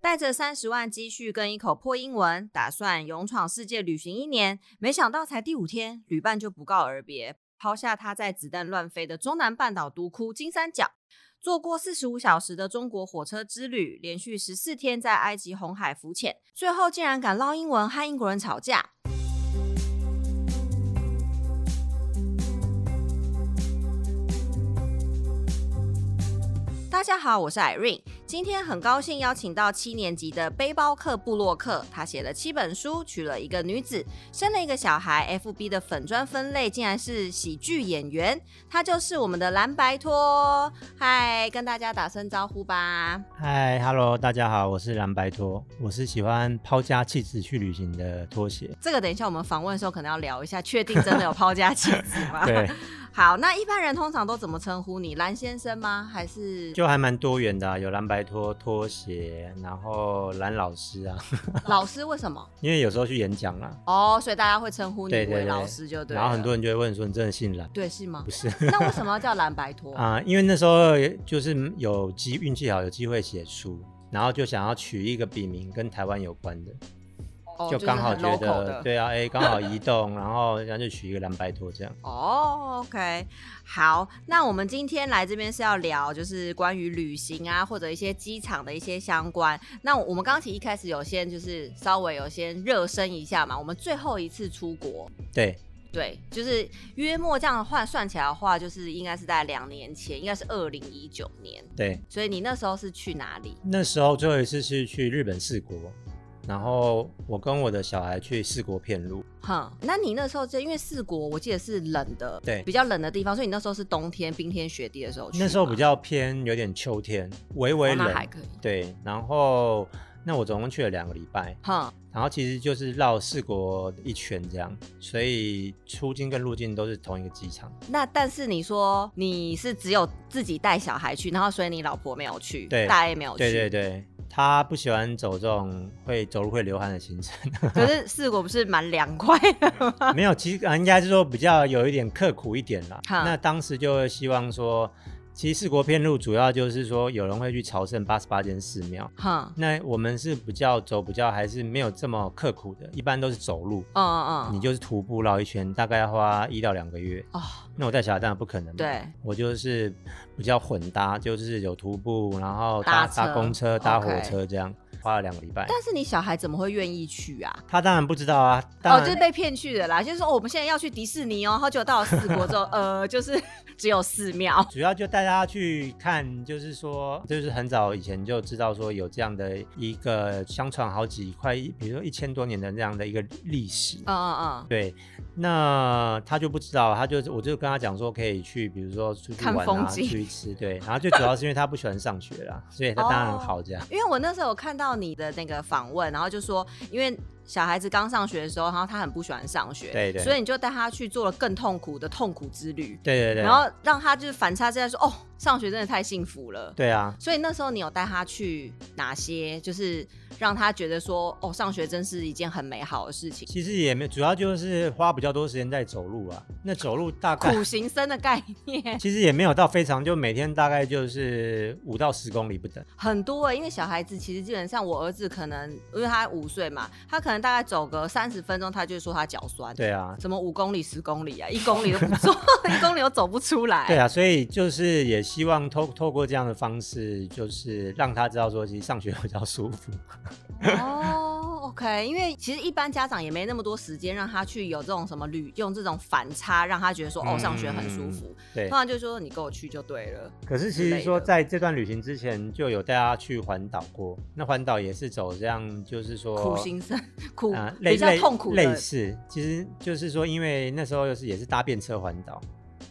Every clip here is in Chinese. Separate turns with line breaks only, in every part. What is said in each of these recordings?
带着三十万积蓄跟一口破英文，打算勇闯世界旅行一年。没想到才第五天，旅伴就不告而别，抛下他在子弹乱飞的中南半岛独窟金三角。坐过四十五小时的中国火车之旅，连续十四天在埃及红海浮潜，最后竟然敢捞英文和英国人吵架。大家好，我是 Irene，今天很高兴邀请到七年级的背包客布洛克，他写了七本书，娶了一个女子，生了一个小孩。FB 的粉砖分类竟然是喜剧演员，他就是我们的蓝白托。嗨，跟大家打声招呼吧。
嗨，Hello，大家好，我是蓝白拖，我是喜欢抛家弃子去旅行的 拖鞋。
这个等一下我们访问的时候可能要聊一下，确定真的有抛家弃子吗？
对，
好，那一般人通常都怎么称呼你？蓝先生吗？还是
就还蛮多元的、啊，有蓝白拖拖鞋，然后蓝老师啊，
老师？为什么？
因为有时候去演讲啊，
哦，所以大家会称呼你
对对
为
对
老师就对了。啊
然后很多人就会问说你真的姓蓝？
对是吗？
不是
那为什么要叫蓝白托？
啊、因为那时候就是有机运气好，有机会写书，然后就想要取一个笔名跟台湾有关的，
哦
就刚好
是很
觉
local
得
的。
对啊，哎，刚好移动，然后然后就取一个蓝白拖这样。
哦、o k 好，那我们今天来这边是要聊，就是关于旅行啊，或者一些机场的一些相关。那我们刚提一开始有先就是稍微有先热身一下嘛，我们最后一次出国，
对，
对，就是约莫这样换算起来的话，就是应该是在两年前，应该是二零一九年。
对，
所以你那时候是去哪里？
那时候最后一次是去日本四国，然后我跟我的小孩去四国遍路，
哼，那你那时候就因为四国，我记得是冷的，
对
比较冷的地方，所以你那时候是冬天冰天雪地的时候去吗。
那时候比较偏有点秋天，微微
哦那
冷，
还可以。
对。然后那我总共去了两个礼拜，
哼，
然后其实就是绕四国一圈这样，所以出境跟入境都是同一个机场。
那但是你说你是只有自己带小孩去，然后所以你老婆没有去，
对
大 A 没有去，
对对对，他不喜欢走这种会走路会流汗的行程，
可是四国不是蛮凉快的吗？
没有，其实啊应该是说比较有一点刻苦一点啦。
哈
那当时就希望说，其实四国遍路主要就是说有人会去朝圣八十八间寺庙。
哼，
那我们是比较走比较还是没有这么刻苦的，一般都是走路，
嗯嗯
你
嗯，
就是徒步绕一圈，大概要花一到两个月。
哦，
那我带小孩当然不可能嘛，
对
我就是比较混搭，就是有徒步，然后
搭
搭
车
搭公车、搭火
OK
车这样，花了两个礼拜。
但是你小孩怎么会愿意去啊？
他当然不知道啊，当
哦，
然
就是被骗去的啦，就是说、哦我们现在要去迪士尼哦，然后结果到了四 国之后，呃，就是 只有寺庙，
主要就带大家去看，就是说，就是很早以前就知道说有这样的一个相传好几块，比如说一千多年的这样的一个历史。
嗯嗯嗯，
对，那他就不知道，他就我就跟他讲说可以去，比如说出去
看
玩
风
啊，
景
出去吃，对。然后最主要是因为他不喜欢上学啦，所以他当然好这样。
因为我那时候有看到你的那个访问，然后就说，因为小孩子刚上学的时候，然后他很不喜欢上学，
对对
所以你就带他去做了更痛苦的痛苦之旅，
对对对，啊
然后让他就是反差之下说，哦，上学真的太幸福了。
对啊，
所以那时候你有带他去哪些，就是让他觉得说，哦，上学真是一件很美好的事 情，
其实也没有，主要就是花比较多时间在走路啊。那走路大概
苦行僧的概念
其实也没有到非常，就每天大概就是五到十公里不等。
很多、欸，因为小孩子其实基本上，我儿子可能因为他五岁嘛，他可能大概走个三十分钟，他就说他脚酸。
对啊，
什么五公里、十公里啊，一公里都不走， 一公里都走不出来。
对啊，所以就是也希望透透过这样的方式，就是让他知道说，其实上学比较 舒服。
哦，OK，因为其实一般家长也没那么多时间让他去有这种什么旅，用这种反差让他觉得说哦，
嗯
上学很舒服。
对
通，常就说你跟我去就对了。
可是其实说在这段旅行之前，就有带他去环岛过。那环岛也是走这样，就是说
苦行僧，苦、
啊、类
比较
类
痛苦
类
的。
似，其实就是说，因为那时候又是也是搭便车环岛。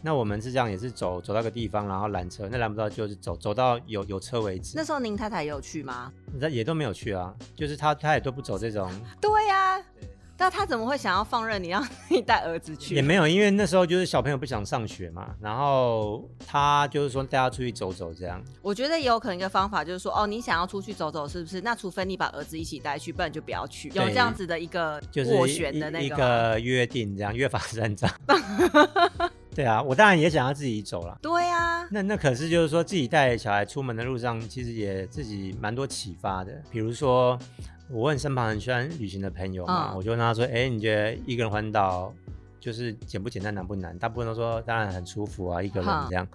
那我们是这样，也是走走到一个地方，然后拦车，那拦不到就是走走到有有车为止
那。时候您太太也有去吗？
那也都没有去啊，就是他他也都不走这种
对呀、 那他怎么会想要放任你让你带儿子去？
也没有，因为那时候就是小朋友不想上学嘛，然后他就是说带他出去走走这样。
我觉得也有可能一个方法就是说，哦，你想要出去走走，是不是？那除非你把儿子一起带去，不然就不要去。有
对
这样子的一个
就是
斡
一
旋的
一
那
一
吗
个约定，这样约法三章。对啊，我当然也想要自己走了。
对啊，
那那可是就是说自己带小孩出门的路上，其实也自己蛮多启发的。比如说，我问身旁很喜欢旅行的朋友嘛，
嗯
我就问他说：“哎、你觉得一个人环岛就是简不简单，难不难？”大部分都说当然很舒服啊，一个人
嗯
这样。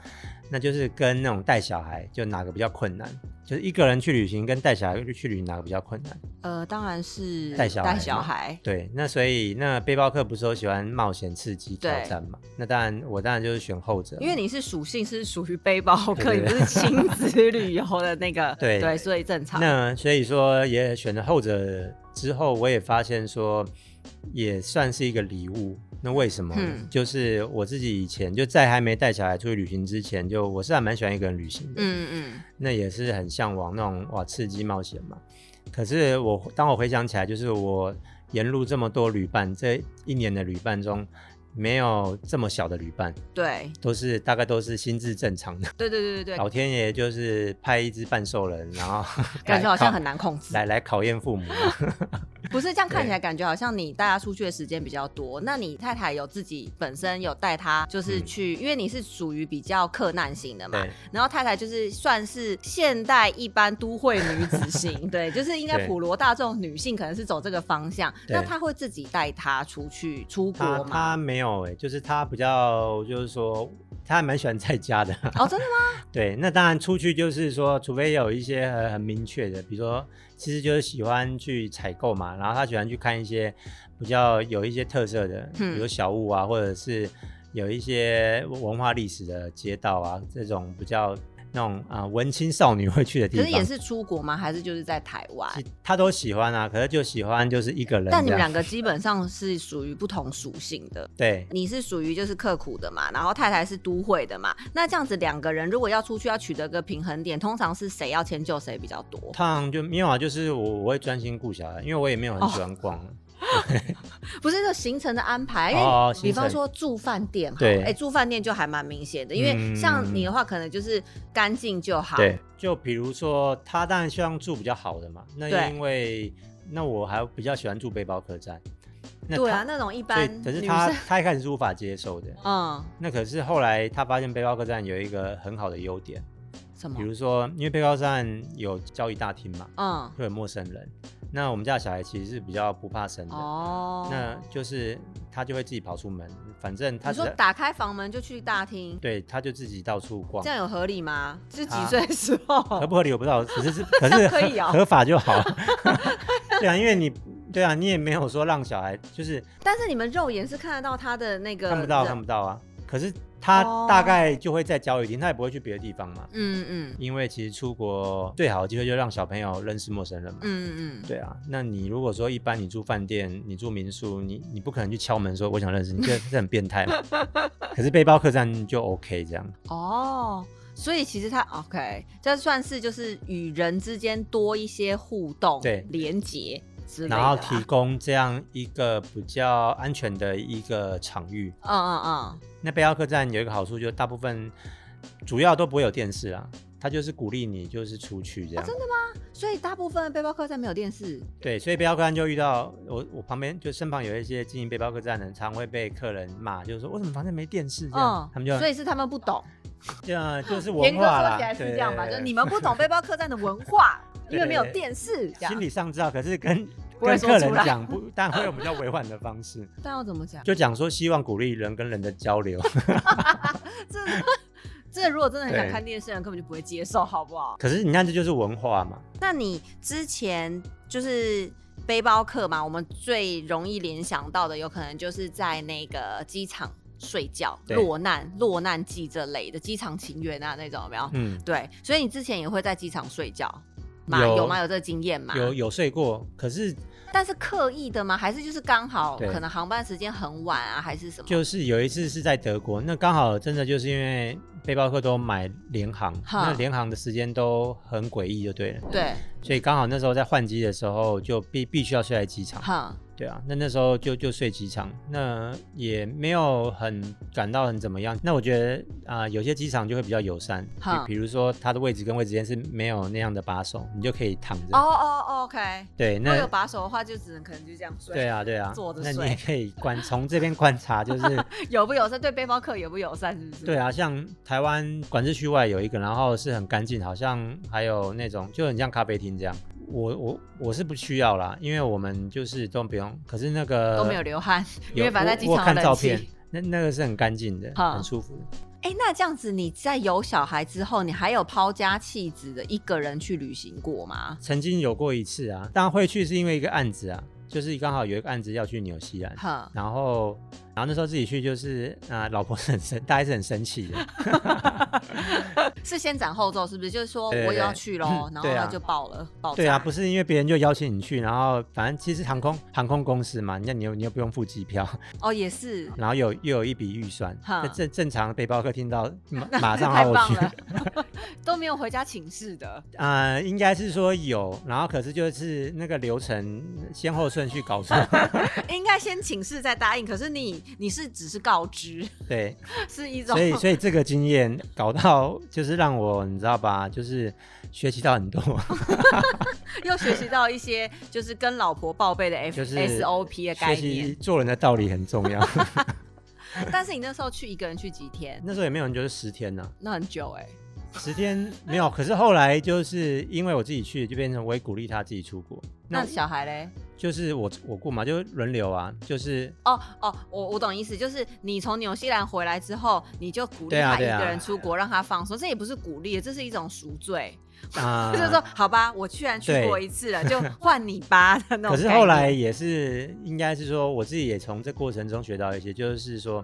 那就是跟那种带小孩，就哪个比较困难？就是一个人去旅行跟带小孩去旅行哪个比较困难？
呃，当然是
带小孩
带小
嘛
孩，
对，那所以那背包客不是都喜欢冒险、刺激、挑
对
战嘛？那当然，我当然就是选后者嘛，
因为你是属性是属于背包客，
对
你
对
不是亲子旅游的那个，
对
对，所以正常。
那所以说，也选了后者之后，我也发现说，也算是一个礼物。那为什么呢？
嗯
就是我自己以前就在还没带小孩出去旅行之前，就我是还蛮喜欢一个人旅行的。
嗯嗯，
那也是很向往那种哇刺激冒险嘛。可是我当我回想起来，就是我沿路这么多旅伴，这一年的旅伴中，没有这么小的旅伴，
对
都是大概都是心智正常的。
对对对对对，
老天爷就是派一只半兽人，然后
感觉 好像很
来
难控制
考。来来考验父母。
不是这样看起来，感觉好像你带他出去的时间比较多。那你太太有自己本身有带他，就是
嗯
去，因为你是属于比较克难型的嘛
对。
然后太太就是算是现代一般都会女子 型，对，就是应该
对
普罗大众女性可能是走这个方向。
对
那她会自己带他出去出
他
国吗？
他没有哎、就是他比较就是说，他还蛮喜欢在家的。
哦，真的吗？
对，那当然出去就是说，除非有一些很很明确的，比如说，其实就是喜欢去采购嘛，然后他喜欢去看一些比较有一些特色的，
嗯
比如小物啊，或者是有一些文化历史的街道啊，这种比较那种啊、文青少女会去的地
可
方。
是也是出国吗？还是就是在台湾？
其他都喜欢啊，可是就喜欢就是一个人这样。
但你们两个基本上是属于不同属性的。
对
你是属于就是刻苦的嘛，然后太太是都会的嘛。那这样子两个人如果要出去要取得个平衡点，通常是谁要迁就谁比较多？
烫就没有啊，就是我我会专心顾小孩，因为我也没有很
哦
喜欢逛。
不是这行程的安排，因为
哦
比
行程
方说住饭店好了，
对
哎、住饭店就还蛮明显的，因为
嗯
像你的话可能就是干净就好，
对，就比如说他当然希望住比较好的嘛，那
对
因为那我还比较喜欢住背包客栈。那
对啊，
他，
那种一
所以
般
可是
女
他
生
他一开始是无法接受的。
嗯
那可是后来他发现背包客栈有一个很好的优点，
什么
比如说因为背包客栈有交易大厅嘛，
嗯
会有陌生人。那我们家的小孩其实是比较不怕生的，
哦，
那就是他就会自己跑出门，反正他
你
只
说
要
打开房门就去大厅，
对他就自己到处逛
这。样有合理吗？是几
啊
岁的时候？
合哦不合理我不知道，只是是可
这哦
是
样可以哦
合合法就好了。对啊，因为你对啊，你也没有说让小孩就是
但是你们肉眼是看得到他的那个
看不到
人
看不到啊。可是他
哦
大概就会在交友厅，他也不会去别的地方嘛。
嗯嗯
因为其实出国最好的机会就让小朋友认识陌生人嘛。
嗯嗯嗯，
对啊，那你如果说一般你住饭店，你住民宿，你你不可能去敲门说我想认识你，这这很变态 嘛。可是背包客栈就 OK 这样。
哦，所以其实他 OK，这算是就是与人之间多一些互动、
对
连接之类的啊
然
啦。
后提供这样一个比较安全的一个场域，
嗯嗯
那背包客栈有一个好处，就是大部分主要都不会有电视啊，它就是鼓励你就是出去这样。真的吗？
嗯，所以大部分背包客栈没有电视，
对，所以背包客栈就遇到我，我旁边就身旁有一些经营背包客栈的人，常会被客人骂，就是说为什么房间没电视这样，
嗯，
他们就
所以是他们不懂。
这样就是文
严格
化
说
啦，
起来是
对
这样吧，
对
就是
对
你们不懂背包客栈的文化，
对
因为没有电视，这
心
样。
理上知道，可是跟
不会
跟
说
客
出
人
来
讲不，但会有比较委婉的方式，
但要怎么讲？
就讲说希望鼓励人跟人的交流。
这这如果真的很想
对
看电视，人根本就不会接受，好不好？
可是你看，这就是文化嘛。
那你之前就是背包客嘛，我们最容易联想到的，有可能就是在那个机场睡觉、
对
落难、落难记这类的机场情缘啊那种，有没有？
嗯，
对，所以你之前也会在机场睡觉吗？
有
吗？有这个经验吗？
嗯有有睡过，可是
但是刻意的吗？还是就是刚好
对
可能航班时间很晚啊，还是什么？
就是有一次是在德国，那刚好真的就是因为背包客都买联航，
哈
那联航的时间都很诡异，就对了。
对，
所以刚好那时候在换机的时候，就必必须要睡在机场。
哼，
对啊，那那时候就就睡机场，那也没有很感到很怎么样。那我觉得啊、有些机场就会比较友善，比
哼
比如说它的位置跟位置之间是没有那样的把手，你就可以躺着。
哦哦哦，OK。
对，
如果
那
有把手的话，就只能可能就这样睡。
对啊，对啊
坐着，
那你
睡
也可以观从这边观察，就是
友不友善，对背包客友不友善，是不是？
对啊，像台湾管制区外有一个，然后是很干净，好像还有那种就很像咖啡厅这样。我我我是不需要啦，因为我们就是都不用。可是那个
都没有流汗，因为
呃有
反正
我
在机
我
场
看
有
照
冷气
片，那那个是很干净的，
哈
很舒服的。
哎、那这样子，你在有小孩之后，你还有抛家弃子的一个人去旅行过吗？
曾经有过一次啊，当然会去是因为一个案子啊，就是刚好有一个案子要去纽西兰，
哼，
然后然后那时候自己去就是啊、老婆是很生，大概是很生气的，
是先斩后奏，是不是？就是说
对对
我也要
对
去喽，然后
对
他
啊
就爆了，爆炸。
对啊，不是因为别人就邀请你去，然后反正其实航空航空公司嘛，那你又你又不用付机票，
哦，也是，
然后有又有一笔预算，
哈
那正正常的背包客听到马 马上
太
好我
棒
去，
了， 都没有回家请示的。
呃，应该是说有，然后可是就是那个流程先后顺序 搞错，
应该先请示再答应，可是你你是只是告知，
对，
是一种
所以所以这个经验搞到就是让我你知道吧，就是学习到很多，
又学习到一些就是跟老婆报备的 F、
就是
SOP 的概
学
念
习。做人的道理很重要。
但是你那时候去一个人去几天？
那时候也没有人就是十天呢、
那很久哎、
十天没有，可是后来就是因为我自己去，就变成我也鼓励他自己出国。
那小孩嘞？
就是我我顾嘛，就轮流啊，就是
哦哦，我我懂意思，就是你从纽西兰回来之后，你就鼓励
对啊
他一
对啊
个人出国，让他放松。这也不是鼓励，这是一种赎罪，，
啊
就是说，好吧，我居然去
对
过一次了， 就换你吧的那种。
可是后来，也是应该是说，我自己也从这过程中学到一些，就是说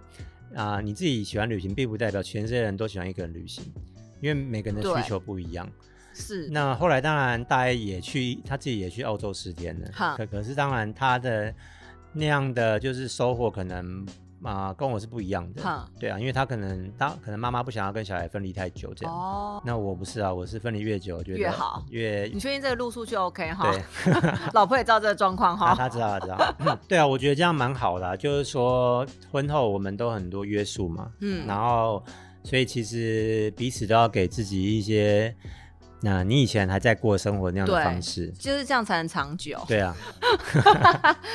啊、你自己喜欢旅行，并不代表全世界人都喜欢一个人旅行，因为每个人的
对
需求不一样。
是
那后来当然大 A 也去，他自己也去澳洲十天
哈
了。可可是当然他的那样的就是收获可能啊、跟我是不一样
哈
的。对啊，因为他可能当可能妈妈不想要跟小孩分离太久这样。
哦，
那我不是啊，我是分离越久觉得
越好嗯
越
你确定这个路数就 OK 哈？
对。
老婆也知道这个状况哈。
啊，他知道，他知道。 对啊，我觉得这样蛮好的啊、就是说婚后我们都很多约束嘛，
嗯
然后所以其实彼此都要给自己一些，那、你以前还在过生活那样的
对
方式，
就是这样才能长久，
对啊，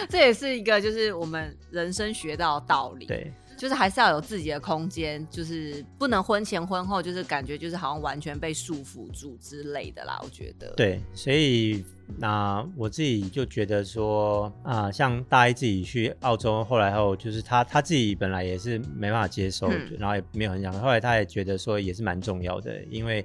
这也是一个就是我们人生学到的道理。，
对
就是还是要有自己的空间，就是不能婚前婚后就是感觉就是好像完全被束缚住之类的啦。我觉得，，
对，所以那、我自己就觉得说啊、像大一自己去澳洲，后来后就是他他自己本来也是没办法接受，
嗯
然后也没有很想，后来他也觉得说也是蛮重要的，因为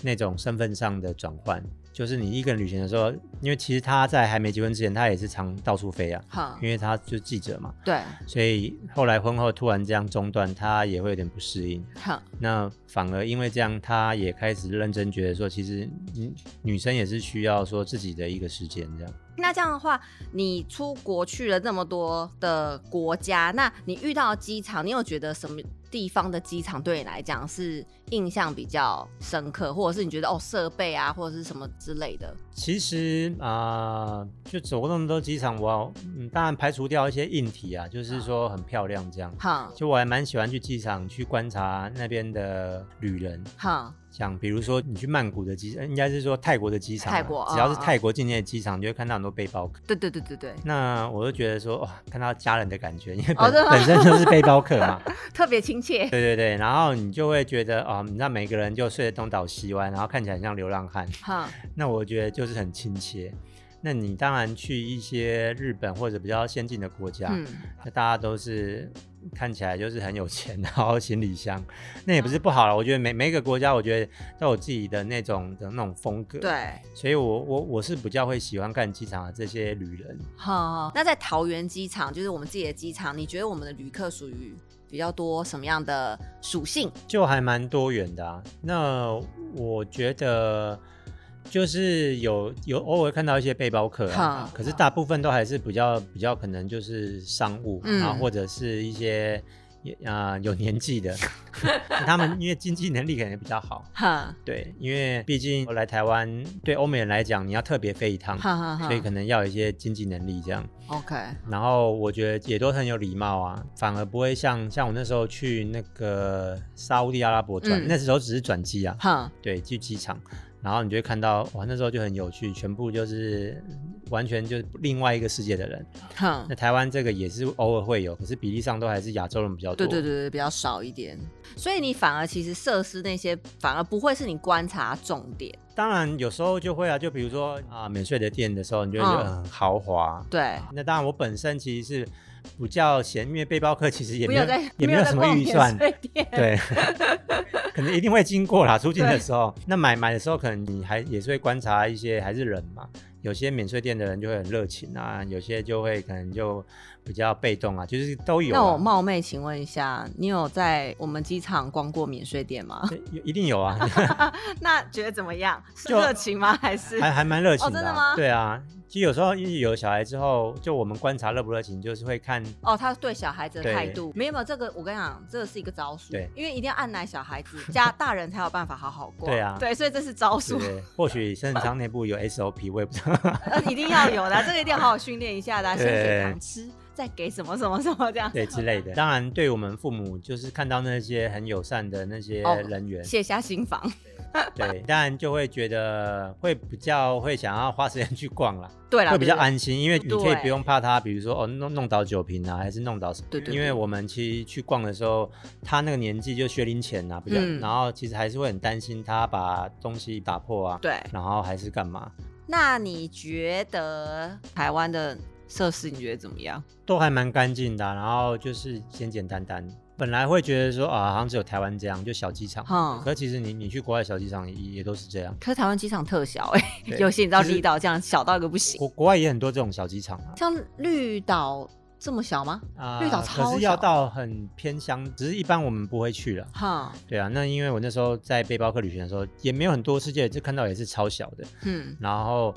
那种身份上的转换，就是你一个人旅行的时候，因为其实他在还没结婚之前，他也是常到处飞啊，
哈，
因为他就记者嘛，
对，
所以后来婚后突然这样中断，他也会有点不适应。
哈，
那反而因为这样，他也开始认真觉得说，其实女女生也是需要说自己的一个时间这样。
那这样的话，你出国去了那么多的国家，那你遇到的机场，你有觉得什么地方的机场对你来讲是印象比较深刻，或者是你觉得哦设备啊，或者是什么之类的？
其实啊、呃就走过那么多机场，我嗯，当然排除掉一些硬体啊，就是说很漂亮这样。
哈
就我还蛮喜欢去机场去观察那边的旅人，
哈，
像比如说你去曼谷的机，呃应该是说泰国的机场啊、
泰国
只要是
嗯嗯
泰国境内的机场，你就会看到很多背包客。
对对对对对，
那我就觉得说，哇，看到家人的感觉，因为
哦
本、
真的吗
本身就是背包客嘛。
特别亲切。
对对对，然后你就会觉得啊，那每个人就睡得东倒西歪，然后看起来很像流浪汉。
哈，
那我觉得就是很亲切。那你当然去一些日本或者比较先进的国家，
嗯，
那大家都是看起来就是很有钱，然后行李箱，那也不是不好了。我觉得每每一个国家，我觉得都有自己的那种的那种风格。，
对，
所以我我我是比较会喜欢干机场的这些旅人。
哈。那在桃园机场，就是我们自己的机场，你觉得我们的旅客属于比较多什么样的属性？
就还蛮多元的啊。那我觉得就是有有偶尔看到一些背包客啊
哈，
可是大部分都还是比较比较可能就是商务，
嗯
然后或者是一些也啊有年纪的， 他们因为经济能力可能比较好，
哈
对，因为毕竟来台湾对欧美人来讲，你要特别飞一趟，
哈哈哈
嗯所以可能要有一些经济能力这样。
，OK，
然后我觉得也都很有礼貌啊，反而不会像像我那时候去那个沙烏地阿拉伯转，
嗯
那时候只是转机啊，
哈，
对，去机场，然后你就会看到哇，那时候就很有趣，全部就是完全就是另外一个世界的人。
哈
那，台湾这个也是偶尔会有，可是比例上都还是亚洲人比较
对
多。
对对对，比较少一点，所以你反而其实设施那些反而不会是你观察重点，
当然有时候就会啊，就比如说啊，免税的店的时候，你就会觉得
嗯
很豪华。
对，
那当然，我本身其实是比较闲，因为背包客其实也
不
没有
要再
也没有
在
什么
逛
预
免
算，
税店，
对，可能一定会经过啦。出境的时候，那买买的时候，可能你还也是会观察一些还是人嘛。有些免税店的人就会很热情啊，有些就会可能就比较被动啊，就是都有啊。
那我冒昧请问一下，你有在我们机场逛过免税店吗？
对有一定有啊，
那觉得怎么样？是
就
热情吗？还是
还还蛮热情
哦真
的
的
啊、
吗
对啊。其实有时候因为有小孩之后，就我们观察热不热情，就是会看
哦，他对小孩子的
对
态度没有没有这个，我跟你讲，这个是一个招数
对，
因为一定要按奶小孩子，家大人才有办法好好逛。
对啊
对，所以这是招
对
数
不，对，或许生产内部有 SOP，我也不知 道。
呃，一定要有的，这个一定要好好训练一下的，啊先给
对
糖吃，再给什么什么什么这样。
对之类的，当然，对我们父母就是看到那些很友善的那些
哦
人 员，
卸下心防，
对，当然就会觉得会比较会想要花时间去逛啦，
对啦，
会比较
对对
安心，因为你可
对
以不用怕它，比如说哦弄弄倒酒瓶啊，还是弄倒什么。
对对对
因为我们其实去逛的时候，他那个年纪就学龄前啊，比较，
嗯
然后其实还是会很担心他把东西打破啊，
对。
然后还是干嘛，
那你觉得台湾的设施你觉得怎么样？
都还蛮干净的啊、然后就是简简单单。本来会觉得说啊，好像只有台湾这样，就小机场。
嗯
可其实你你去国外小机场也也都是这样。
可是台湾机场特小哎、欸，
对
有些你知道
就是
离岛这样小到一个不行，
国国外也很多这种小机场啊。
像绿岛这么小吗？
啊、
绿岛
可
超
是要
小
到很偏乡，只是一般我们不会去了。
哈，
对啊，那因为我那时候在背包客旅行的时候，也没有很多世界，就看到也是超小的。
嗯，
然后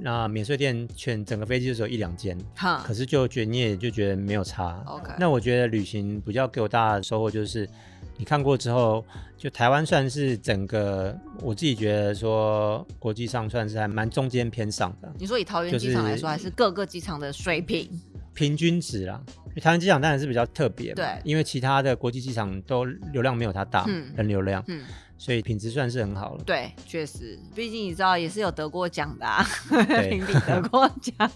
那免税店全整个飞机就只有一两间，
哈
可是就觉得你也就觉得没有差。
，OK，
那我觉得旅行比较给我大的收获就是，你看过之后，就台湾算是整个我自己觉得说国际上算是还蛮中间偏上的
你说以桃园
就
机场来
是
说，还是各个机场的水平？
平均值啦。因为台湾机场当然是比较特别嘛，
对
因为其他的国际机场都流量没有它大，
嗯
人流量，
嗯，
所以品质算是很好了。
对，确实，毕竟你知道也是有得过奖的、啊，
对
评比得过奖。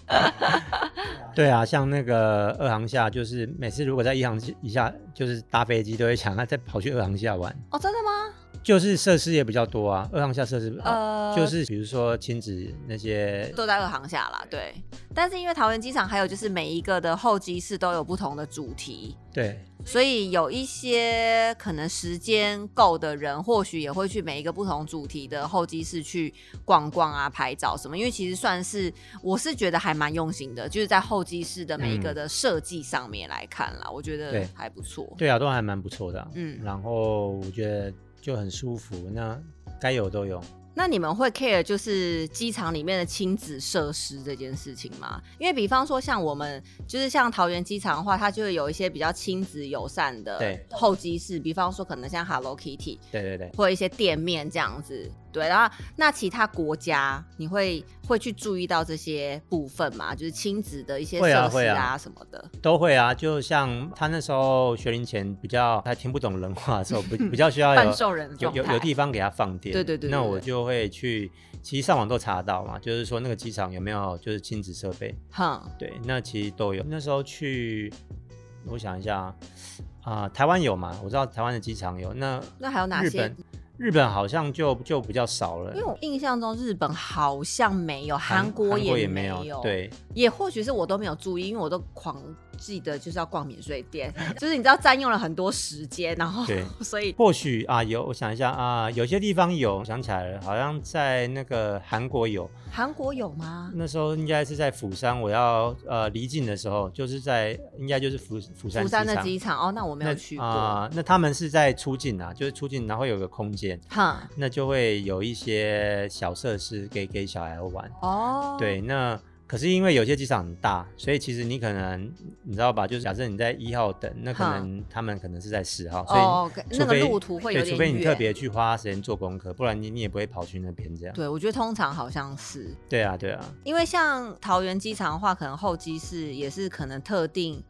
对啊，像那个二航厦，就是每次如果在一航一下，就是搭飞机都会想要再跑去二航厦玩，
哦，真的吗？
就是设施也比较多啊。二航厦设施，呃，
呃，
就是比如说亲子那些，
都在二航下啦，对。但是因为桃园机场还有就是每一个的候机室都有不同的主题，
对
所以有一些可能时间够的人，或许也会去每一个不同主题的候机室去逛逛啊、拍照什么。因为其实算是我是觉得还蛮用心的，就是在候机室的每一个的设计上面来看啦，我觉得
嗯对
还不错。
对啊，都还蛮不错的啊、
嗯，
然后我觉得就很舒服，那该有都有。
那你们会 care 就是机场里面的亲子设施这件事情吗？因为比方说像我们就是像桃园机场的话，它就会有一些比较亲子友善的
对
候机室，比方说可能像 Hello Kitty，
对对对，
或一些店面这样子。对，然后那其他国家你会会去注意到这些部分吗？就是亲子的一些
会啊
设施
会啊
什么的。
都会啊。就像他那时候学龄前比较还听不懂人话的时候， 比比较需要有
半兽人的
有
状态
有有地方给他放电。
对对对对
那
对
我就会去，其实上网都查得到嘛，就是说那个机场有没有就是亲子设备？
哼，
对，那其实都有。那时候去，我想一下啊、啊台湾有嘛？我知道台湾的机场有。那
那还有哪
日
些
本？日本好像就就比较少了，
因为我印象中日本好像没有，
韩
韩国
也
也
没
有，，
对，
也或许是我都没有注意，因为我都狂记得就是要逛免税店， 就是你知道占用了很多时间，然后
对
所以
或许啊有，我想一下啊，有些地方有，想起来了，好像在那个韩国有，
韩国有吗？
那时候应该是在釜山，我要呃离境的时候，就是在应该就是釜釜山
釜山的
机
机场哦，那我没
那
有去过，
啊、那他们是在出境啊，就是出境然后有个空间，
哼，
那就会有一些小设施给给小孩玩。
哦，
对，那可是因为有些机场很大，所以其实你可能你知道吧？就是假设你在一号等，那可能他们可能是在四号，所以
哦，跟那
除
个
非
路途会有
对，
点
除非你
远
特别去花时间做功课，不然你你也不会跑去那边这样。
对，我觉得通常好像是，
对啊，对啊，
因为像桃园机场的话，可能候机室也是可能特定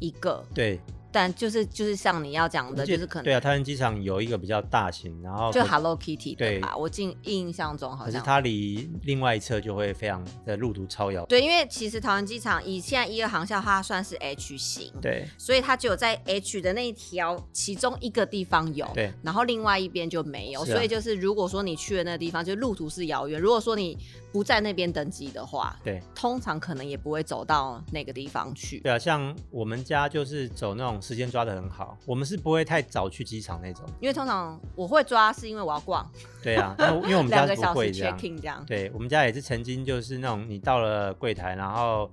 一个，
对。
但就是就是像你要讲的，
而且
就是可
对
能
啊，桃园机场有一个比较大型，然后
就
可
Hello Kitty 的
对
吧，我印印象中好
可是
像。
它离另外一侧就会非常的路途超遥。
对，因为其实桃园机场以现在一二航校，它算是 H 型，
对
所以它只有在 H 的那一条其中一个地方有，
对
然后另外一边就没有。
是啊
所以就是如果说你去的那个地方，就路途是遥远，如果说你不在那边登机的话，
对
通常可能也不会走到那个地方去。
对啊，像我们家就是走那种时间抓的很好，我们是不会太早去机场那种。
因为通常我会抓，是因为我要 逛
对啊，那因为我们
两
家
个
是
小
不
时
会
check
这样。
in 这样。
对我们家也是曾经就是那种你到了柜台，然后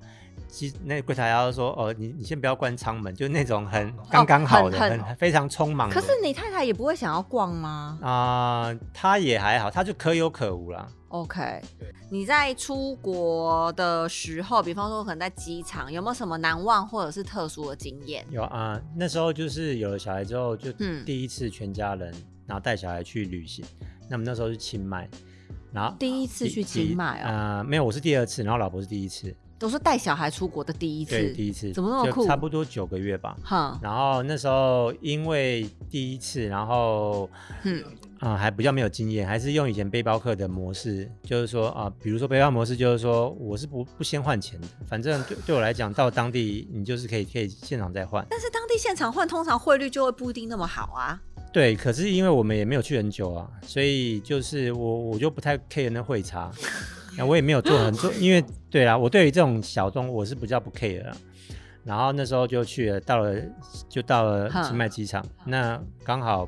机那柜台然后说哦，你你先不要关舱门，就那种很刚刚好的，
哦很很
很非常匆忙的。
可是你太太也不会想要逛吗
啊、他也还好，他就可有可无啦。
？OK，你在出国的时候，比方说可能在机场，有没有什么难忘或者是特殊的经验？
有啊、那时候就是有了小孩之后，就
嗯
第一次全家人，然后带小孩去旅行。那我们那时候是清迈，然后
第一次去清迈哦
啊、呃没有，我是第二次，然后老婆是第一次，
都是带小孩出国的第一
对，
次，
第一次，
怎么那么
就
酷
差不多九个月吧。
哼，
然后那时候因为第一次，然后
嗯，
啊、还比较没有经验，还是用以前背包客的模式，就是说啊、比如说背包模式，就是说我是不不先换钱的，反正对对我来讲，到当地你就是可以可以现场再换。
但是当地现场换，通常汇率就会不一定那么好啊。
对，可是因为我们也没有去很久啊，所以就是我我就不太 care 那会差，然后我也没有做很多，因为对啊，我对于这种小众我是比较不 care 啊。然后那时候就去了，到了就到了
哼
清迈机场，那刚好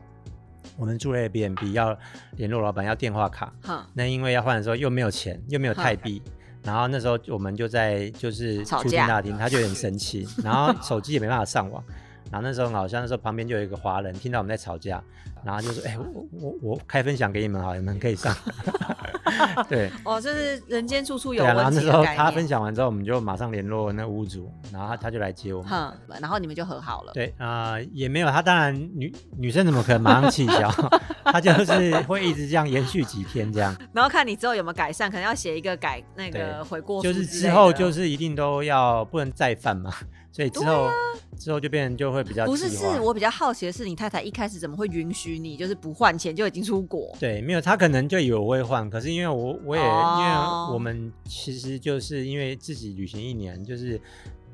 我们住了 Airbnb 要联络老板要电话卡，
哼，
那因为要换的时候又没有钱，又没有泰币，然后那时候我们就在就是
吵
出
架
境大厅，他就有点生气，然后手机也没办法上网。然后那时候很好像那时候旁边就有一个华人听到我们在吵架，然后就说：“哎、我我我开分享给你们好，你们可以上。” 对
哦，就是人间处处
对
有
啊，然后
温
那
情
时
的
候
概
他
念
分。享完之后，我们就马上联络那屋主，然后他他就来接我们。
哼，然后你们就和好了。
对啊、呃也没有他，当然女女生怎么可能马上气消？ 他就是会一直这样延续几天这样。
然后看你之后有没有改善，可能要写一个改那个
对
悔过书
就
之类
是
的
之后就是一定都要不能再犯嘛，所以之后、之后就变成就会比较
啊不是
计
是
划
我比较好奇的是，你太太一开始怎么会允许你就是不换钱就已经出国？
对没有他可能就以为我会换，可是因为我我也、
哦
因为我们其实就是因为自己旅行一年就是。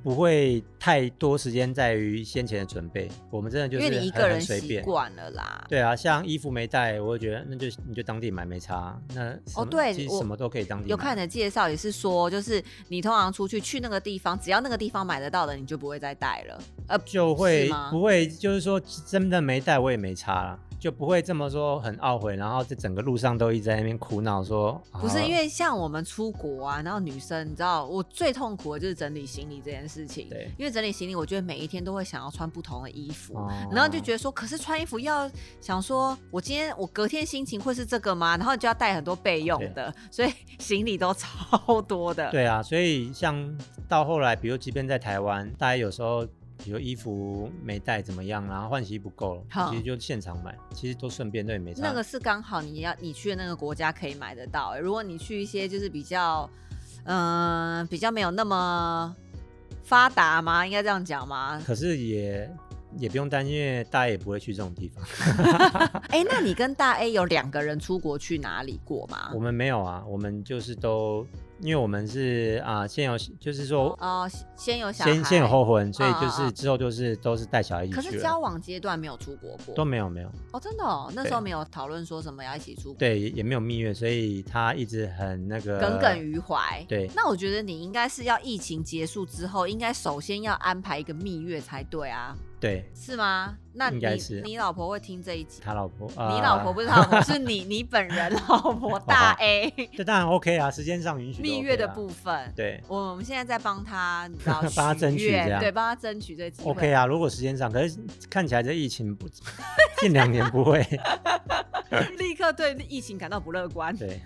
不会太多时间在于先前的准备，我们真的就
因
是
为你一
很
个人
很随
习
便。
惯了啦。
对啊，像衣服没带，我就觉得那就你就当地买没差。那什
哦
么
对
其实
我
什么都可以当地买。
有看你的介绍也是说，就是你通常出去去那个地方，只要那个地方买得到的，你就不会再带了。呃，
就会
是吗
不会，就是说真的没带我也没差啦，就不会这么说很懊悔，然后这整个路上都一直在那边苦恼说，
不是
啊
因为像我们出国啊，然后女生你知道，我最痛苦的就是整理行李这件事情。
对
因为整理行李，我觉得每一天都会想要穿不同的衣服，
哦
然后就觉得说，可是穿衣服要想说，我今天我隔天心情会是这个吗？然后就要带很多备用的，所以 行李都超多的。，
对啊，所以像到后来，比如即便在台湾，大家有时候。比如衣服没带怎么样，然后换洗衣不够了，
好
其实就现场买，其实都顺便，对，没差。
那个是刚好你要你去的那个国家可以买得到、欸如果你去一些就是比较，嗯、比较没有那么发达吗？应该这样讲吗？
可是也也不用担心，因为大家也不会去这种地方。
哎、那你跟大 A 有两个人出国去哪里过吗
我？们没有啊，我们就是都，因为我们是啊、现有就是说
哦，先有小孩，
先先有后婚，所以就
嗯嗯
是
嗯
之后就是都是带小孩一起
可
去
是
了，
交往阶段没有出国
都
过
没有没有，
哦，真的哦，那时
对
候没有讨论说什么要一起出国，
对，也也没有蜜月，所以他一直很那个
耿耿于怀。
呃对
那我觉得你应该是要疫情结束之后，应该首先要安排一个蜜月才对啊，
对
是吗？那
应
你
该是
你老婆会听这一集？
他老婆，
你
呃
老婆不是他老婆，是你你本人老婆 大 A
这当然 OK 啊，时间上允许都 OK 啊、
蜜月的部分。
对
我们现在在帮他，你知道
帮他争取
许愿
这样
对，帮他争取这个机会。
OK 啊，如果时间上，可是看起来这疫情不 近两年不会，
立刻对疫情感到不乐观。
对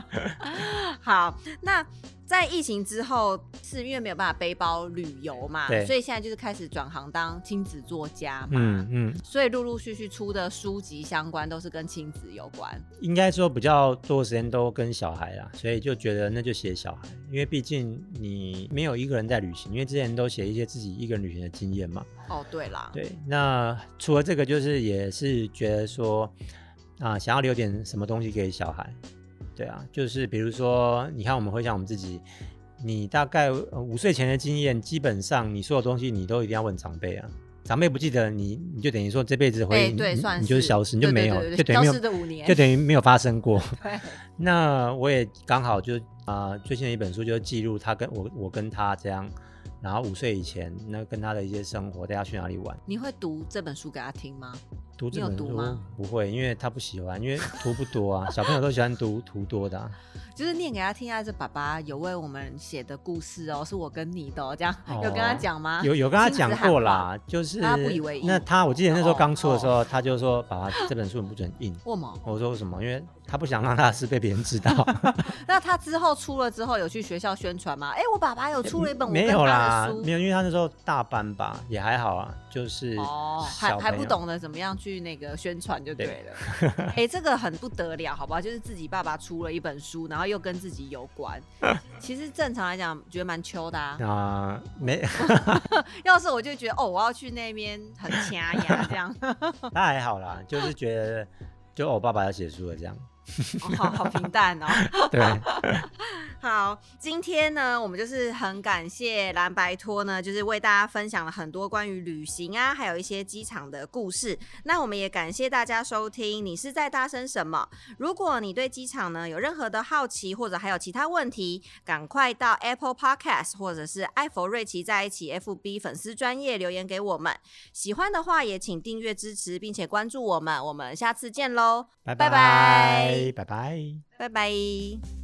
好，那在疫情之后，是因为没有办法背包旅游嘛，
对
所以现在就是开始转行当亲子作家嘛。
嗯嗯，
所以陆陆续续出的书籍相关都是跟亲子有关，
应该说比较多时间都跟小孩啦，所以就觉得那就写小孩，因为毕竟你没有一个人在旅行，因为之前都写一些自己一个人旅行的经验嘛。
哦，对啦，
对，那除了这个，就是也是觉得说啊、想要留点什么东西给小孩。对啊，就是比如说，你看我们回想我们自己，你大概呃五岁前的经验，基本上你所有东西你都一定要问长辈啊。长辈不记得你，你就等于说这辈子回忆、
哎，对，
你
算
你就是消失，你就
对对
没有，
对对
就等于
消
没有
失的五年，
就等于没有发生过。
对，
那我也刚好就啊、呃最新的一本书就是记录他跟我我跟他这样，然后五岁以前那跟他的一些生活，带他去哪里玩。
你会读这本书给他听吗？
读这
你有
本
读
书
吗
不会，因为他不喜欢，因为图不多 啊，小朋友都喜欢读图多的啊、
就是念给他听啊，这爸爸有为我们写的故事哦，是我跟你的、哦，这样、有跟他讲吗？
有有跟
啊
他
亲子
讲
喊
过
话，
啦，就是
他不以为意
那他我记得那时候
哦
刚出的时候，他就说把这本书很不准印。
我吗？
我说为什么？因为他不想让他的事被别人知道。
那他之后出了之后，有去学校宣传吗？哎、我爸爸有 出了一本我
没
跟
有
他
啦
的，书，
没有，因为他那时候大班吧，也还好啊，就是
哦，还
小
还
朋
不
友
懂得怎么样去那个宣传就对了。 哎、这个很不得了，好不好？就是自己爸爸出了一本书，然后又跟自己有 关。其实正常来讲，觉得蛮秋的、啊。
啊、没，
要是我就觉得哦，我要去那边很掐牙这样，
他还好啦，就是觉得就我、哦爸爸要写书了这样。
哦、好好平淡哦。
对，
好，今天呢，我们就是很感谢蓝白托呢，就是为大家分享了很多关于旅行啊，还有一些机场的故事。那我们也感谢大家收听，你是在大声什么？如果你对机场呢有任何的好奇，或者还有其他问题，赶快到 Apple Podcast 或者是艾佛瑞奇在一起 FB 粉丝专业留言给我们。喜欢的话也请订阅支持，并且关注我们。我们下次见喽，
拜
拜拜
拜拜。
拜拜。